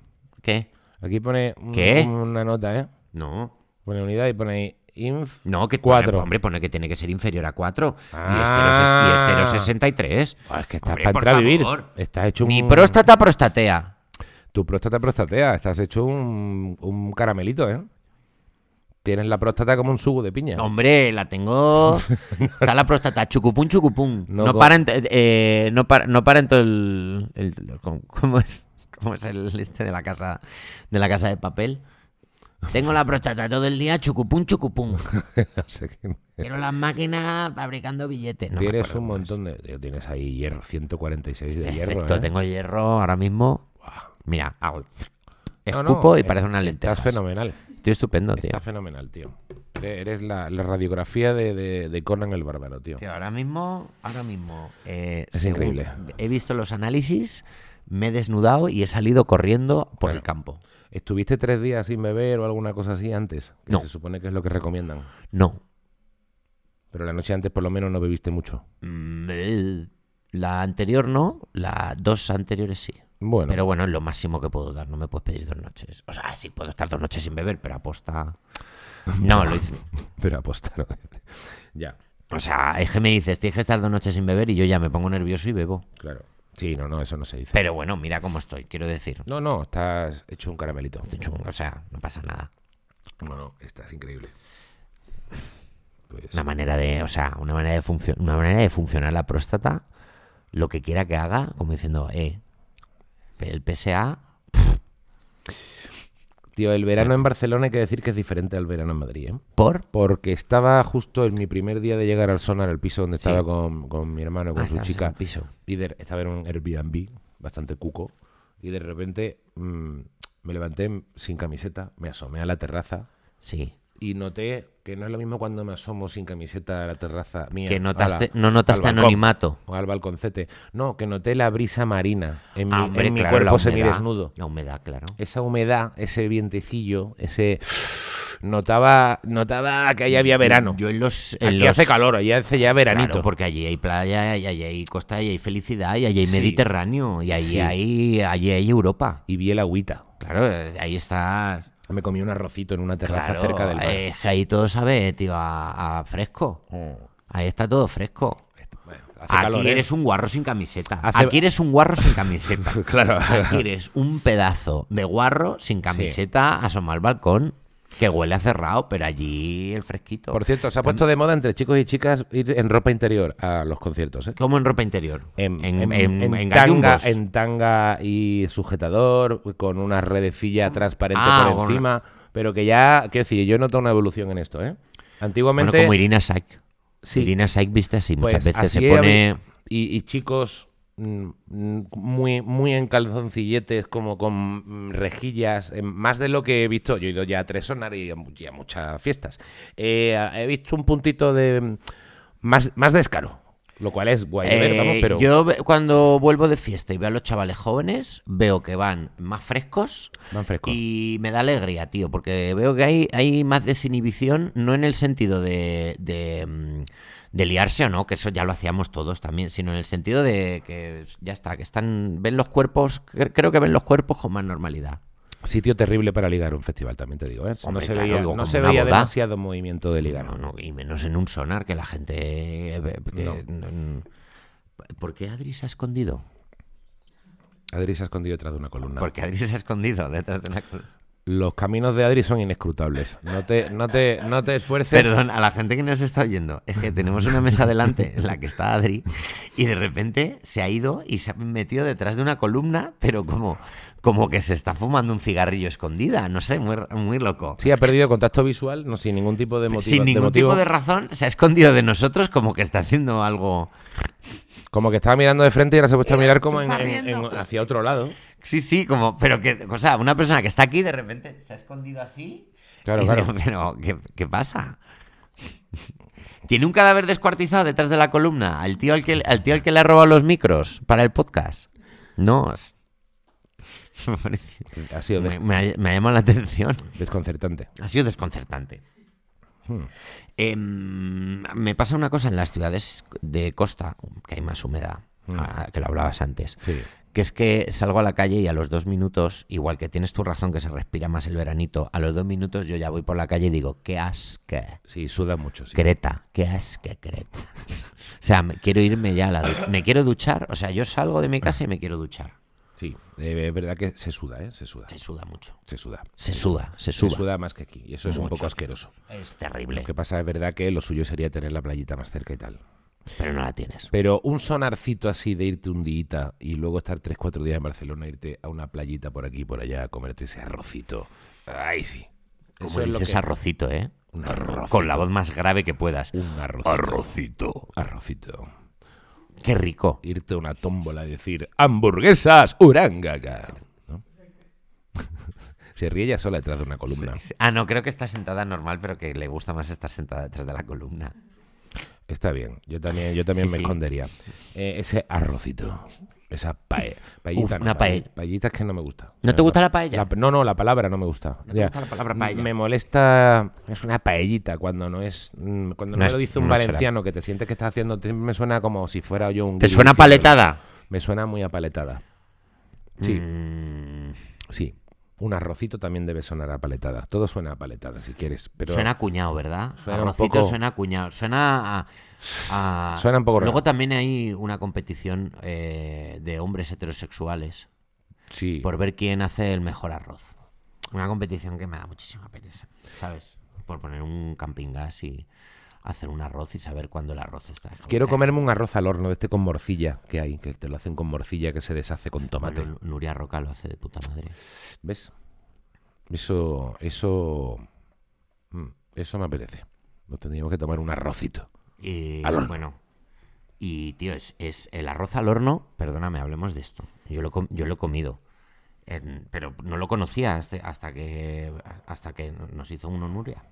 ¿Qué? Aquí pone un- ¿Qué? una nota, ¿eh? No. Pone unidad y pone ahí inf. No, que pone- Cuatro. hombre, pone que tiene que ser inferior a 4. Ah. Y estero 63. Ah, es que estás Hombre, para por entrar a vivir. favor. Estás hecho un... Mi próstata prostatea. Tu próstata prostatea. Estás hecho un, un caramelito, ¿eh? Tienes la próstata como un sugo de piña. Hombre, la tengo. Está la próstata, chucupún, chucupún. No No, con- para en, t- eh, no, para, no para en todo el. el- ¿cómo- ¿Cómo es? ¿Cómo es el este de la casa de la casa de papel? Tengo la próstata todo el día, chucupún, chucupún. No sé qué- Quiero las máquinas fabricando billetes. No me tienes acuerdo un cómo es. montón de... tío, Tienes ahí hierro, 146 de Perfecto, hierro, ¿eh? tengo hierro ahora mismo. Buah. Mira, hago. No, Escupo no, y eh, parece una lenteja. Estás fenomenal. Estoy estupendo, tío. Estás fenomenal, tío. Eres, eres la, la radiografía de, de- de Conan el Bárbaro, tío. Tío, ahora mismo, ahora mismo. eh, Es según increíble. He visto los análisis, me he desnudado y he salido corriendo por Claro. el campo. ¿Estuviste tres días sin beber o alguna cosa así antes? Que No. Se supone que es lo que recomiendan. No. Pero la noche antes por lo menos no bebiste mucho. Mm, eh, La anterior no, las dos anteriores sí. Bueno, Pero bueno, es lo máximo que puedo dar, no me puedes pedir dos noches. O sea, sí puedo estar dos noches sin beber, pero aposta. No, lo hice. pero apostaron. ya, O sea, es que me dices, tienes que estar dos noches sin beber y yo ya me pongo nervioso y bebo. claro. Sí, no, no, eso no se dice. Pero bueno, mira cómo estoy, quiero decir. No, no, estás hecho un caramelito. O sea, no pasa nada. No, no, estás increíble. Pues, una manera de o sea una manera de funcio- una manera de funcionar la próstata lo que quiera que haga como diciendo eh el PSA Tío, el verano en Barcelona hay que decir que es diferente al verano en Madrid, ¿eh? por Porque estaba justo en mi primer día de llegar al sonar, al piso donde estaba con, con mi hermano, y con Ah, su estabas en chica. un piso. Y de- estaba en un Airbnb, bastante cuco. Y de repente mm, me levanté sin camiseta, me asomé a la terraza sí y noté que no es lo mismo cuando me asomo sin camiseta a la terraza mía. que a la- notaste no al notaste balcón anonimato O al balconcete. No, que noté la brisa marina en mi, Ah, hombre, en mi claro, la cuerpo humedad. semidesnudo la humedad claro esa humedad, ese vientecillo, ese notaba notaba que ahí había verano. yo en los en Aquí los- hace calor, allí hace ya claro, veranito. porque allí hay playa y allí hay costa y hay felicidad y allí hay Sí. Mediterráneo y allí Sí. hay allí hay Europa Y vi el agüita. claro eh, ahí está Me comí un arrocito en una terraza claro, eh, cerca del mar. es que ahí todo sabe tío a- a fresco Mm. ahí está todo fresco Esto- bueno, hace Aquí calor, ¿eh? eres un guarro sin camiseta. Hace- Aquí eres un guarro sin camiseta. Claro. Aquí eres un pedazo de guarro sin camiseta asomado al balcón que huele a cerrado, pero allí el fresquito. Por cierto, se ha puesto de moda entre chicos y chicas ir en ropa interior a los conciertos, ¿eh? como en ropa interior. en, en- Em, en en tanga, gallumbos. en tanga y sujetador, con una redecilla transparente Ah, por con encima, Pero que ya, quiero decir, yo noto una evolución en esto, ¿eh? Antiguamente. Bueno, como Irina Saik. Sí. Irina Saik viste así, muchas Pues, veces se así pone... había- Y, y chicos mm, mm, muy, muy en calzoncilletes, como con mm, rejillas, eh, más de lo que he visto. Yo he ido ya a tres sonar y a, mu- y a muchas fiestas. Eh, a- he visto un puntito de mm, más, más descaro, lo cual es guay de ver, vamos, Eh, pero Yo ve- cuando vuelvo de fiesta y veo a los chavales jóvenes, veo que van más frescos van frescos. y me da alegría, tío, porque veo que hay, hay más desinhibición, no en el sentido de, de, mm, de liarse o no, que eso ya lo hacíamos todos también, sino en el sentido de que ya está, que están, ven los cuerpos, cre- creo que ven los cuerpos con más normalidad. Sitio terrible para ligar un festival, también te digo. ¿eh? No Hombre, se claro, veía, digo, no como se una veía boda. demasiado movimiento de ligar. No, no, y menos en un sonar que la gente... eh, ve- que- No. n- n- ¿Por qué Adri se ha escondido? Adri se ha escondido detrás de una columna. Porque Adri se ha escondido detrás de una columna. Los caminos de Adri son inescrutables. No te, no te, no te esfuerces. Perdón, a la gente que nos está oyendo, es que tenemos una mesa delante en la que está Adri y de repente se ha ido y se ha metido detrás de una columna, pero como, como que se está fumando un cigarrillo escondida, no sé, muy, muy loco. Sí, ha perdido contacto visual, no sin ningún tipo de motivo. Sin ningún motivo. tipo de razón, se ha escondido de nosotros como que está haciendo algo... Como que estaba mirando de frente y ahora se ha puesto a mirar como Se en, está en- en- riendo. hacia otro lado. Sí, sí, como, pero que, o sea, una persona que está aquí de repente se ha escondido así. Claro, Y claro. digo, pero, ¿qué, qué pasa? Tiene un cadáver descuartizado detrás de la columna. Al tío al que, al tío al que le ha robado los micros para el podcast. No. es- Ha sido me, des- me ha, me ha llamado la atención. desconcertante. Ha sido desconcertante. Hmm. Em, me pasa una cosa en las ciudades de costa, que hay más humedad, ah, que lo hablabas antes. Hmm. Sí. que es que salgo a la calle y a los dos minutos, igual que tienes tu razón que se respira más el veranito, a los dos minutos yo ya voy por la calle y digo, qué asca, Sí, suda mucho. sí. Creta, qué asca, Creta. o sea, me- quiero irme ya a la... du- Me quiero duchar, o sea, yo salgo de mi casa y me quiero duchar. Sí, eh, es verdad que se suda, ¿eh? Se suda. Se suda mucho. Se suda. Se suda, se Se suda. suda más que aquí. Y eso es un poco asqueroso. Es Lo terrible, que pasa es verdad que lo suyo sería tener la playita más cerca y tal. pero no la tienes. Pero un sonarcito así de irte un día y luego estar 3-4 días en Barcelona, irte a una playita por aquí y por allá, comerte ese arrocito. Ay, sí. Como Eso es lo dices que- arrocito, ¿eh? Un arrocito. Con la voz más grave que puedas. Un arrocito. Arrocito. Arrocito. Qué rico. Irte a una tómbola y decir hamburguesas Urangaga. ¿no? Se ríe ella sola detrás de una columna. Ah, no, creo que está sentada normal, pero que le gusta más estar sentada detrás de la columna. Está bien. Yo también, yo también Sí, me sí. escondería. Eh, ese arrocito. Esa paella. Paellita, Uf, una pae- paella. paellita es que no me gusta. ¿No te gusta la paella? La- no, no, la palabra no me gusta. ¿No te gusta la palabra paella? Me molesta. Es una paellita cuando no es. mm, Cuando no, No me es- lo dice un no será. valenciano que te sientes que estás haciendo. te- Me suena como si fuera yo un. ¿Te guiri suena diciéndole. paletada? Me suena muy apaletada. Sí. Mm. Sí. Un arrocito también debe sonar a paletada. Todo suena a paletada si quieres. Pero suena cuñado, ¿verdad? Suena un Arrocito poco- suena cuñado. Suena a, a- Suena un poco raro. Luego también hay una competición eh, de hombres heterosexuales sí. por ver quién hace el mejor arroz. Una competición que me da muchísima pereza, ¿sabes? Por poner un camping gas y hacer un arroz y saber cuándo el arroz está. Quiero comerme un arroz al horno de este con morcilla que hay, que te lo hacen con morcilla que se deshace con tomate. Bueno, Nuria Roca lo hace de puta madre. ¿Ves? Eso, eso, mm, eso me apetece. Nos tendríamos que tomar un arrocito. Y Al horno. bueno. Y tío, es, es el arroz al horno, perdóname, hablemos de esto. Yo lo, com- yo lo he comido. En- pero no lo conocía hasta, hasta que hasta que nos hizo uno Nuria.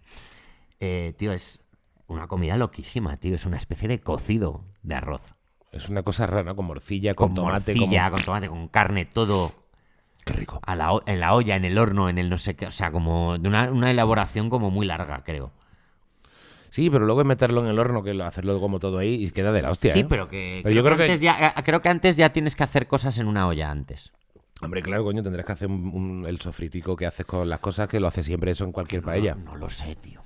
Eh, tío, es una comida loquísima, tío. Es una especie de cocido de arroz. Es una cosa rara, ¿no? Con morcilla, con, Con, tomate, morcilla, con tomate, con carne, todo con... Qué rico. a la, o- en la olla, en el horno, en el no sé qué. O sea, como de una, una elaboración como muy larga, creo. Sí, pero luego es meterlo en el horno, que lo- hacerlo como todo ahí y queda de la hostia, sí, ¿eh? pero que, Pero yo creo que- antes ya, eh, creo que antes ya tienes que hacer cosas en una olla antes. Hombre, claro, coño, tendrás que hacer un- un- el sofritico que haces con las cosas, que lo hace siempre eso en cualquier paella. Ah, No lo sé, tío.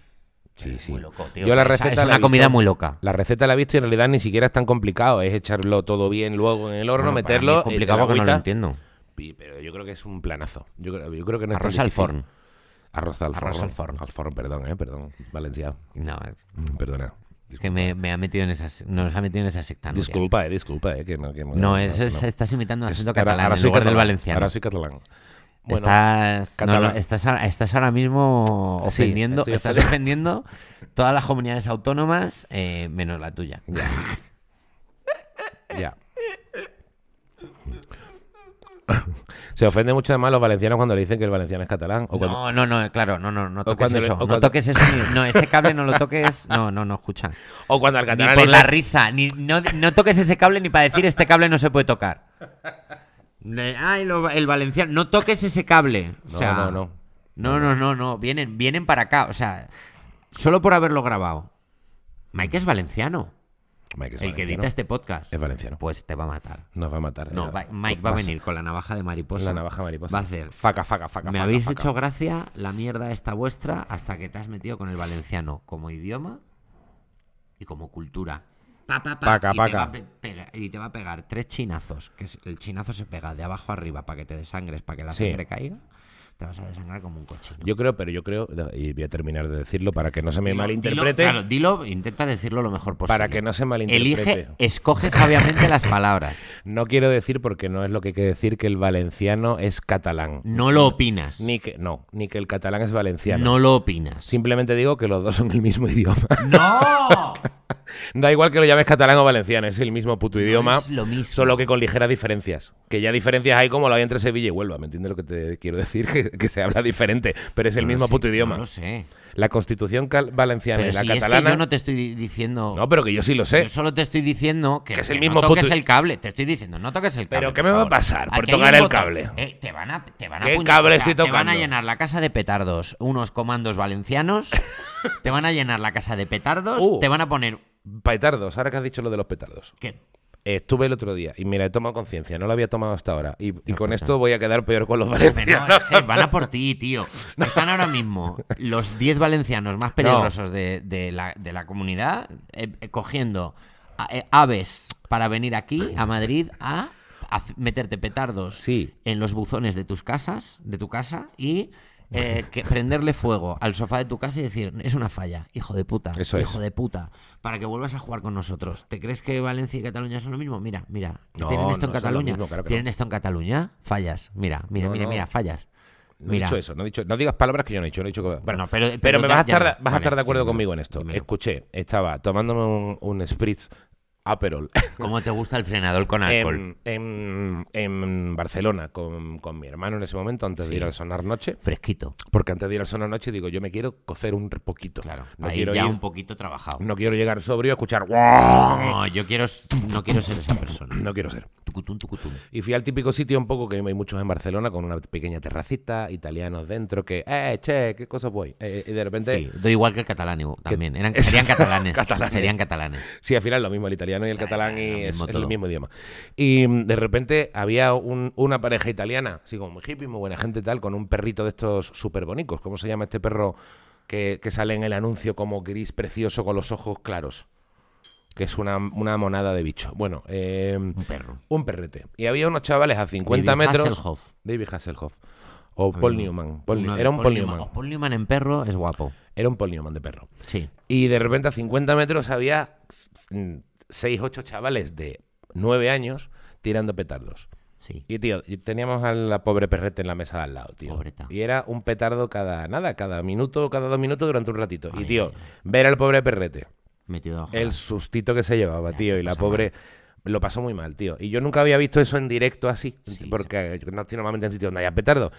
Sí, Es sí. muy loco, tío. Yo la Esa- receta es la he una comida visto. muy loca. La receta la he visto y en realidad ni siquiera es tan complicado. Es echarlo todo bien luego en el horno, Bueno, para mí meterlo. es complicado echar porque no lo agüita. entiendo. Y- Pero yo creo que es un planazo. Yo creo, yo creo que no es tan Arroz al difícil. forn. Arroz al forno. Arroz al forn. perdón, eh, perdón. Valenciano. No, es Mm, Perdona. es que me, me ha metido en esa, nos ha metido en esa secta. Nuria. Disculpa, eh, disculpa, eh, que no. que No, eso es- no. estás imitando un Es- acento ahora- catalán ahora en soy lugar del catalán, valenciano. Ahora soy catalán. Bueno, estás, no, no, catalán. estás, ahora- estás ahora mismo Sí, ofendiendo, estoy estás ofendido. ofendiendo todas las comunidades autónomas eh, menos la tuya. Ya. Se ofende mucho además los valencianos cuando le dicen que el valenciano es catalán. O cuando- No, no, no, claro, no, no, no toques cuando le- eso, o no cuando- toques eso, ni- no, ese cable no lo toques, no, no, no, escucha. O cuando al Ni catalán por le la dicen- risa, ni, no, no toques ese cable ni para decir este cable no se puede tocar. De, Ay, lo- el valenciano, no toques ese cable. O No, sea, no, no. No, no, no, no, vienen, vienen para acá, o sea, solo por haberlo grabado. Mike es valenciano, Mike es el que valenciano. edita este podcast. es valenciano. Pues te va a matar. Nos va a matar. No, Eh, va- Mike va a vas- venir con la navaja de mariposa. La navaja mariposa. Va a hacer Faca, faca, faca. Me faca, habéis faca. hecho gracia la mierda esta vuestra hasta que te has metido con el valenciano como idioma y como cultura. Pa, pa, pa, Paca, y, Te paca. va a pe- pega- y te va a pegar tres chinazos, que es- el chinazo se pega de abajo arriba para que te desangres, para que la Sí. sangre caiga. Te vas a desangrar como un cochino. Yo creo, pero yo creo, y voy a terminar de decirlo para que no se me Dilo- malinterprete. Dilo, claro, dilo, intenta decirlo lo mejor posible. Para que no se malinterprete. Elige, escoge sabiamente las palabras. No quiero decir, porque no es lo que hay que decir, que el valenciano es catalán. No lo opinas. Ni que, no, ni que el catalán es valenciano. no lo opinas. Simplemente digo que los dos son el mismo idioma. ¡No! da igual que lo llames catalán o valenciano, es el mismo puto idioma. es lo mismo. Solo que con ligeras diferencias. Que ya diferencias hay como lo hay entre Sevilla y Huelva. ¿Me entiendes lo que te quiero decir? Que, que se habla diferente, pero es el mismo puto idioma. No lo sé. La constitución cal- valenciana Pero y la si catalana. es que yo no te estoy di- diciendo. No, pero que yo sí lo sé. Yo solo te estoy diciendo que, Que es que el mismo no toques puto- el cable. Te estoy diciendo, no toques el cable. ¿Pero qué por me va a favor. pasar por Aquí hay tocar un el botón. cable? Eh, te van a, te van a ¿Qué apuñalar, cable o sea, estoy Te van a tocando? llenar la casa de petardos unos comandos valencianos. te van a llenar la casa de petardos. Uh. Te van a poner. Petardos, ahora que has dicho lo de los petardos. ¿Qué? Estuve el otro día y mira, he tomado conciencia, no lo había tomado hasta ahora. Y, y con esto voy a quedar peor con los Pero valencianos. pues no, es que van a por ti, tío. Están ahora mismo los 10 valencianos más peligrosos de, de la, de la comunidad eh, eh, cogiendo a- eh, aves para venir aquí, a Madrid, a, a f- meterte petardos Sí. en los buzones de tus casas, de tu casa, y eh, que prenderle fuego al sofá de tu casa y decir, es una falla, hijo de puta, Eso hijo es. de puta, para que vuelvas a jugar con nosotros. ¿Te crees que Valencia y Cataluña son lo mismo? Mira, mira, No, tienen esto en no son lo Cataluña, mismo, claro que tienen no. esto en Cataluña, fallas, mira, mira, No, mira, no. mira, fallas. No he Mira. dicho eso, no, he dicho, no digas palabras que yo no he dicho. No he dicho que- bueno, No, pero- pero, pero me ya- vas a estar, ya, vas a vale, estar de acuerdo dímelo, conmigo en esto. dímelo. Escuché, estaba tomándome un, un spritz Aperol ¿Cómo te gusta el frenador Em, con alcohol? en, en- en Barcelona con, con mi hermano en ese momento antes de ir al sonar noche. Fresquito, Porque antes de ir al sonar noche digo, yo me quiero cocer un poquito. claro. no ahí quiero, ya ir- un poquito trabajado. no quiero llegar sobrio a escuchar. No, yo quiero, s- no quiero ser esa persona. No quiero ser. Tucutum, tucutum. Y fui al típico sitio un poco que hay muchos en Barcelona con una pequeña terracita, italianos dentro, que, eh, che, qué cosas voy. Eh, y de repente, Sí, doy igual que el catalán igual, también. Eran, serían catalanes, Catalanes. Serían catalanes. Sí, al final lo mismo el italiano y el catalán y lo es, mismo es todo. el mismo idioma. Y mm, de repente había un- una pareja italiana, así como muy hippie, muy buena gente y tal, con un perrito de estos súper bonitos. ¿Cómo se llama este perro que, que sale en el anuncio como gris precioso con los ojos claros? Que es una, una monada de bicho. Bueno, eh, Un perro. un perrete. Y había unos chavales a 50 David metros. Hasselhoff. David Hasselhoff. O Paul Newman. Paul Uno New- de era un Paul Newman. Newman. Oh, Paul Newman en perro es guapo. Era un Paul Newman de perro. Sí. Y de repente a 50 metros había 6, 8 chavales de 9 años tirando petardos. Sí. Y tío, y teníamos a la pobre perrete en la mesa de al lado, tío. Pobreta. Y era un petardo cada nada, cada minuto, cada dos minutos durante un ratito. Ay, y tío, ay, ver al pobre perrete, Metido abajo. el sustito que se llevaba, tío, y la cosa pobre lo pasó muy mal, tío. Y yo nunca había visto eso en directo así, Sí, porque no estoy normalmente en sitio donde haya petardo.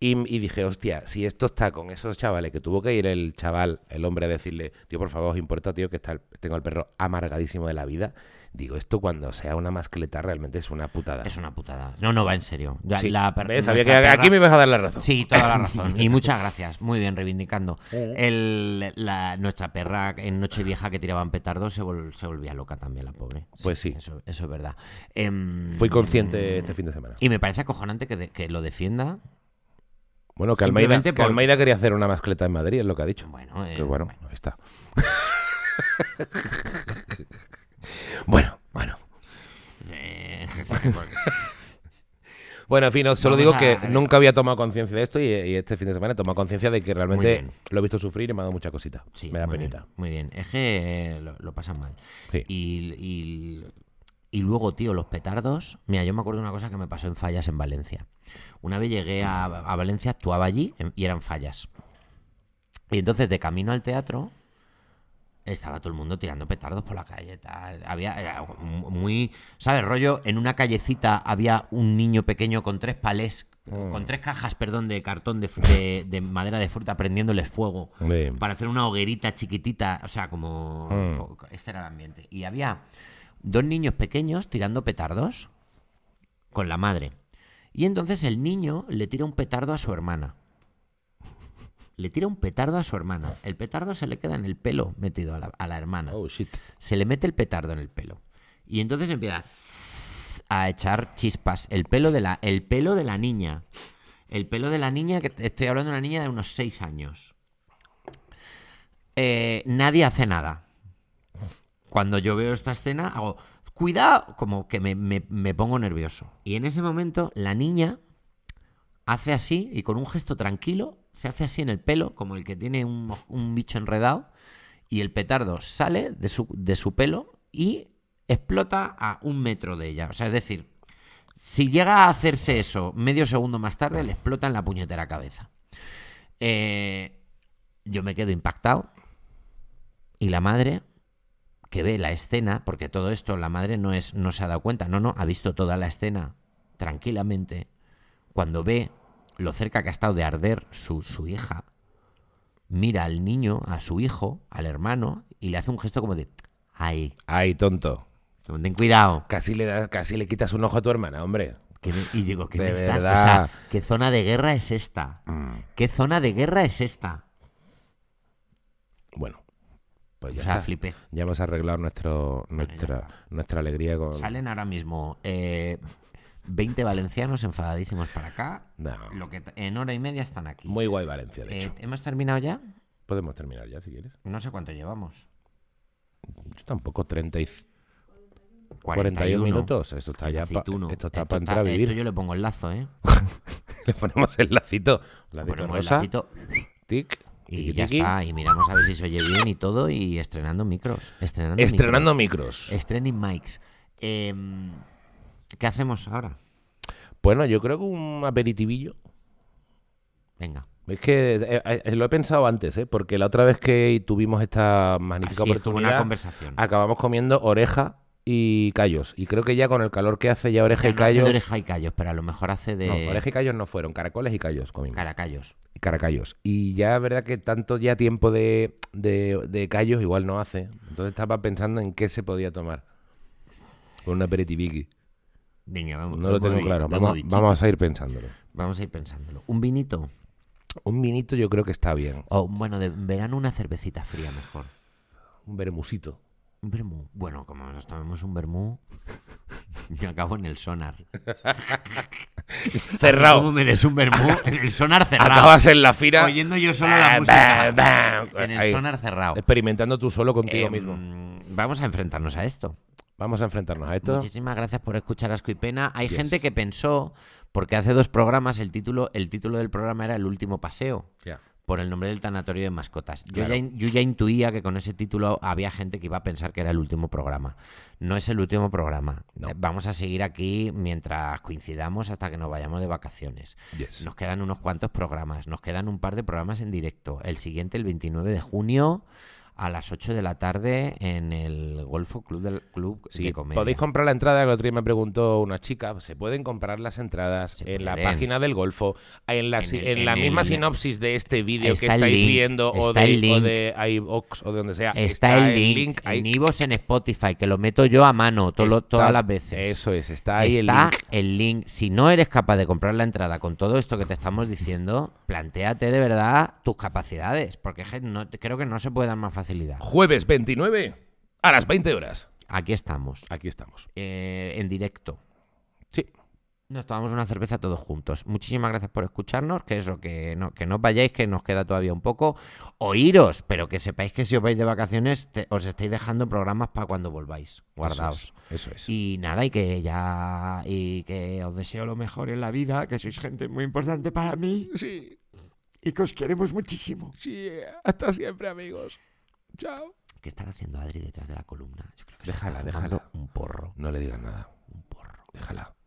Y, y dije, hostia, si esto está con esos chavales, que tuvo que ir el chaval, el hombre, a decirle, tío, por favor, os importa, tío, que está el- tengo el perro amargadísimo de la vida. Digo, esto cuando sea una mascleta realmente es una putada. Es una putada. No, no va en serio. Ya, Sí, la per- ¿ves? Sabía que nuestra perra- aquí me ibas a dar la razón. Sí, toda la razón. Y muchas gracias. Muy bien, reivindicando. El- la- nuestra perra en Nochevieja que tiraban petardos se, vol- se volvía loca también, la pobre. Pues sí. Eso, eso es verdad. Em, Fui consciente este fin de semana. Y me parece acojonante que, de- que lo defienda. Bueno, que Almeida, Simplemente que por- Almeida quería hacer una mascleta en Madrid, es lo que ha dicho. Bueno, eh, Pero Pues bueno, ahí está. bueno, bueno. eh, Bueno, en fin, no, solo Vamos digo que a- nunca había tomado conciencia de esto y, y este fin de semana he tomado conciencia de que realmente bien. lo he visto sufrir y me ha dado mucha cosita. sí, me da muy penita. bien, muy bien. Es que eh, lo, lo pasan mal. Sí. Y, y Y luego, tío, los petardos. Mira, yo me acuerdo de una cosa que me pasó en Fallas en Valencia. Una vez llegué a, a Valencia, actuaba allí en- y eran Fallas. Y entonces, de camino al teatro, estaba todo el mundo tirando petardos por la calle. Tal. Había, era muy, ¿sabes? Rollo, en una callecita había un niño pequeño con tres palés, con tres cajas, perdón, de cartón de, fru- de- de madera de fruta prendiéndoles fuego Hombre. para hacer una hoguerita chiquitita. O sea, como. co- co- Este era el ambiente. Y había dos niños pequeños tirando petardos con la madre. Y entonces el niño le tira un petardo a su hermana. Le tira un petardo a su hermana. El petardo se le queda en el pelo metido a la, a la hermana. Oh, shit. Se le mete el petardo en el pelo. Y entonces empieza a- a echar chispas. El pelo de la, el pelo de la niña. El pelo de la niña, que te- estoy hablando de una niña de unos 6 años. Eh, nadie hace nada. Cuando yo veo esta escena, hago, cuidado, como que me, me- me pongo nervioso. Y en ese momento, la niña hace así y con un gesto tranquilo, se hace así en el pelo, como el que tiene un, un bicho enredado, y el petardo sale de su, de su pelo y explota a un metro de ella. O sea, es decir, si llega a hacerse eso medio segundo más tarde, le explota en la puñetera cabeza. Eh, yo me quedo impactado. Y la madre, que ve la escena, porque todo esto la madre no, es, no se ha dado cuenta, no, no, ha visto toda la escena tranquilamente. Cuando ve lo cerca que ha estado de arder su, su hija, mira al niño, a su hijo, al hermano, y le hace un gesto como de, ay, Ay, tonto. ten cuidado. Casi le, das, casi le quitas un ojo a tu hermana, hombre. Que me- y digo, ¿qué, De me está- o verdad. sea, ¿qué zona de guerra es esta? ¿Qué zona de guerra es esta? Bueno, pues O ya sea, está. flipé. Ya hemos arreglado nuestro, nuestra, nuestra alegría con... Salen ahora mismo eh, 20 valencianos enfadadísimos para acá. No. Lo que t- en hora y media están aquí. Muy guay Valencia, de Eh, hecho. ¿Hemos terminado ya? Podemos terminar ya, si quieres. No sé cuánto llevamos. Yo tampoco, 30 y... 41, 41 minutos. Esto está El ya pa- aceituno. esto está Esto pa entrar a vivir. Esto yo le pongo el lazo, ¿eh? Le ponemos el lacito. Le Lacito ponemos el rosa. lacito Tic. y tiqui, ya tiqui. está. Y miramos a ver si se oye bien y todo. Y estrenando micros. Estrenando micros. Eh. Estrenando micros. Streaming mics. Em, ¿Qué hacemos ahora? Bueno, yo creo que un aperitivillo. Venga. Es que eh, eh, lo he pensado antes, ¿eh? porque la otra vez que tuvimos esta magnífica Así es, como oportunidad, una conversación. acabamos comiendo oreja y callos. Y creo que ya con el calor que hace, ya oreja Ya no y hace de callos. oreja y callos, pero a lo mejor hace de No, oreja y callos no fueron, caracoles y callos comimos. caracallos. y caracallos. Y ya, verdad que tanto ya tiempo de, de, de callos igual no hace. Entonces estaba pensando en qué se podía tomar. Con un aperitiviqui. Venga, vamos. No lo vamos tengo vi- claro. Vamos, Vamos, bichito. vamos a ir pensándolo. Vamos a ir pensándolo. Un vinito. Un vinito yo creo que está bien. O bueno, de verano una cervecita fría mejor. Un bermusito. Un vermú. Bueno, como nos tomemos un vermú, yo acabo en el sonar. Como Cerrado. me des un vermú? En el sonar cerrado. Acabas en la fira. Oyendo yo solo la Bam, música. bam, bam. En el Ahí. sonar cerrado. Experimentando tú solo contigo Em, mismo. Vamos a enfrentarnos a esto. Vamos a enfrentarnos a esto. Muchísimas gracias por escuchar Asco y Pena. Hay Yes. gente que pensó, porque hace dos programas el título, el título del programa era El último paseo, Ya. por el nombre del tanatorio de mascotas. Yo, Claro. ya, in- yo ya intuía que con ese título había gente que iba a pensar que era el último programa. No es el último programa. No. Eh, Vamos a seguir aquí mientras coincidamos hasta que nos vayamos de vacaciones. Yes. Nos quedan unos cuantos programas, nos quedan un par de programas en directo. El siguiente, el 29 de junio, a las 8 de la tarde en el Golfo Club del Club Sí, de Comedia. podéis comprar la entrada, el otro día me preguntó una chica, se pueden comprar las entradas Se en la pueden. página del Golfo, en la, En si- el- en la en misma el- sinopsis de este vídeo que Está el estáis link, viendo o está de, el o link. de iVoox o de donde sea. Está, el link, ahí. en iVoox, en Spotify, que lo meto yo a mano to- lo- Está- todas las veces. Eso es, está ahí Está el el link. link. Si no eres capaz de comprar la entrada con todo esto que te estamos diciendo, planteate de verdad tus capacidades, porque je, no, creo que no se puede dar más facilidad. Jueves 29 a las 20 horas. Aquí estamos, Aquí estamos. eh, en directo. Sí. Nos tomamos una cerveza todos juntos. Muchísimas gracias por escucharnos, que eso, que no, que no os vayáis, que nos queda todavía un poco. Oíros, pero que sepáis que si os vais de vacaciones, te- os estáis dejando programas para cuando volváis. Guardaos. Eso es. Y nada, y que ya. Y que os deseo lo mejor en la vida, que sois gente muy importante para mí Sí, y que os queremos muchísimo. sí, eh. hasta siempre amigos. Chao. ¿Qué estará haciendo Adri detrás de la columna? Yo creo que Déjala, se está fumando déjala. un porro. No le digas nada. Un porro. Déjala.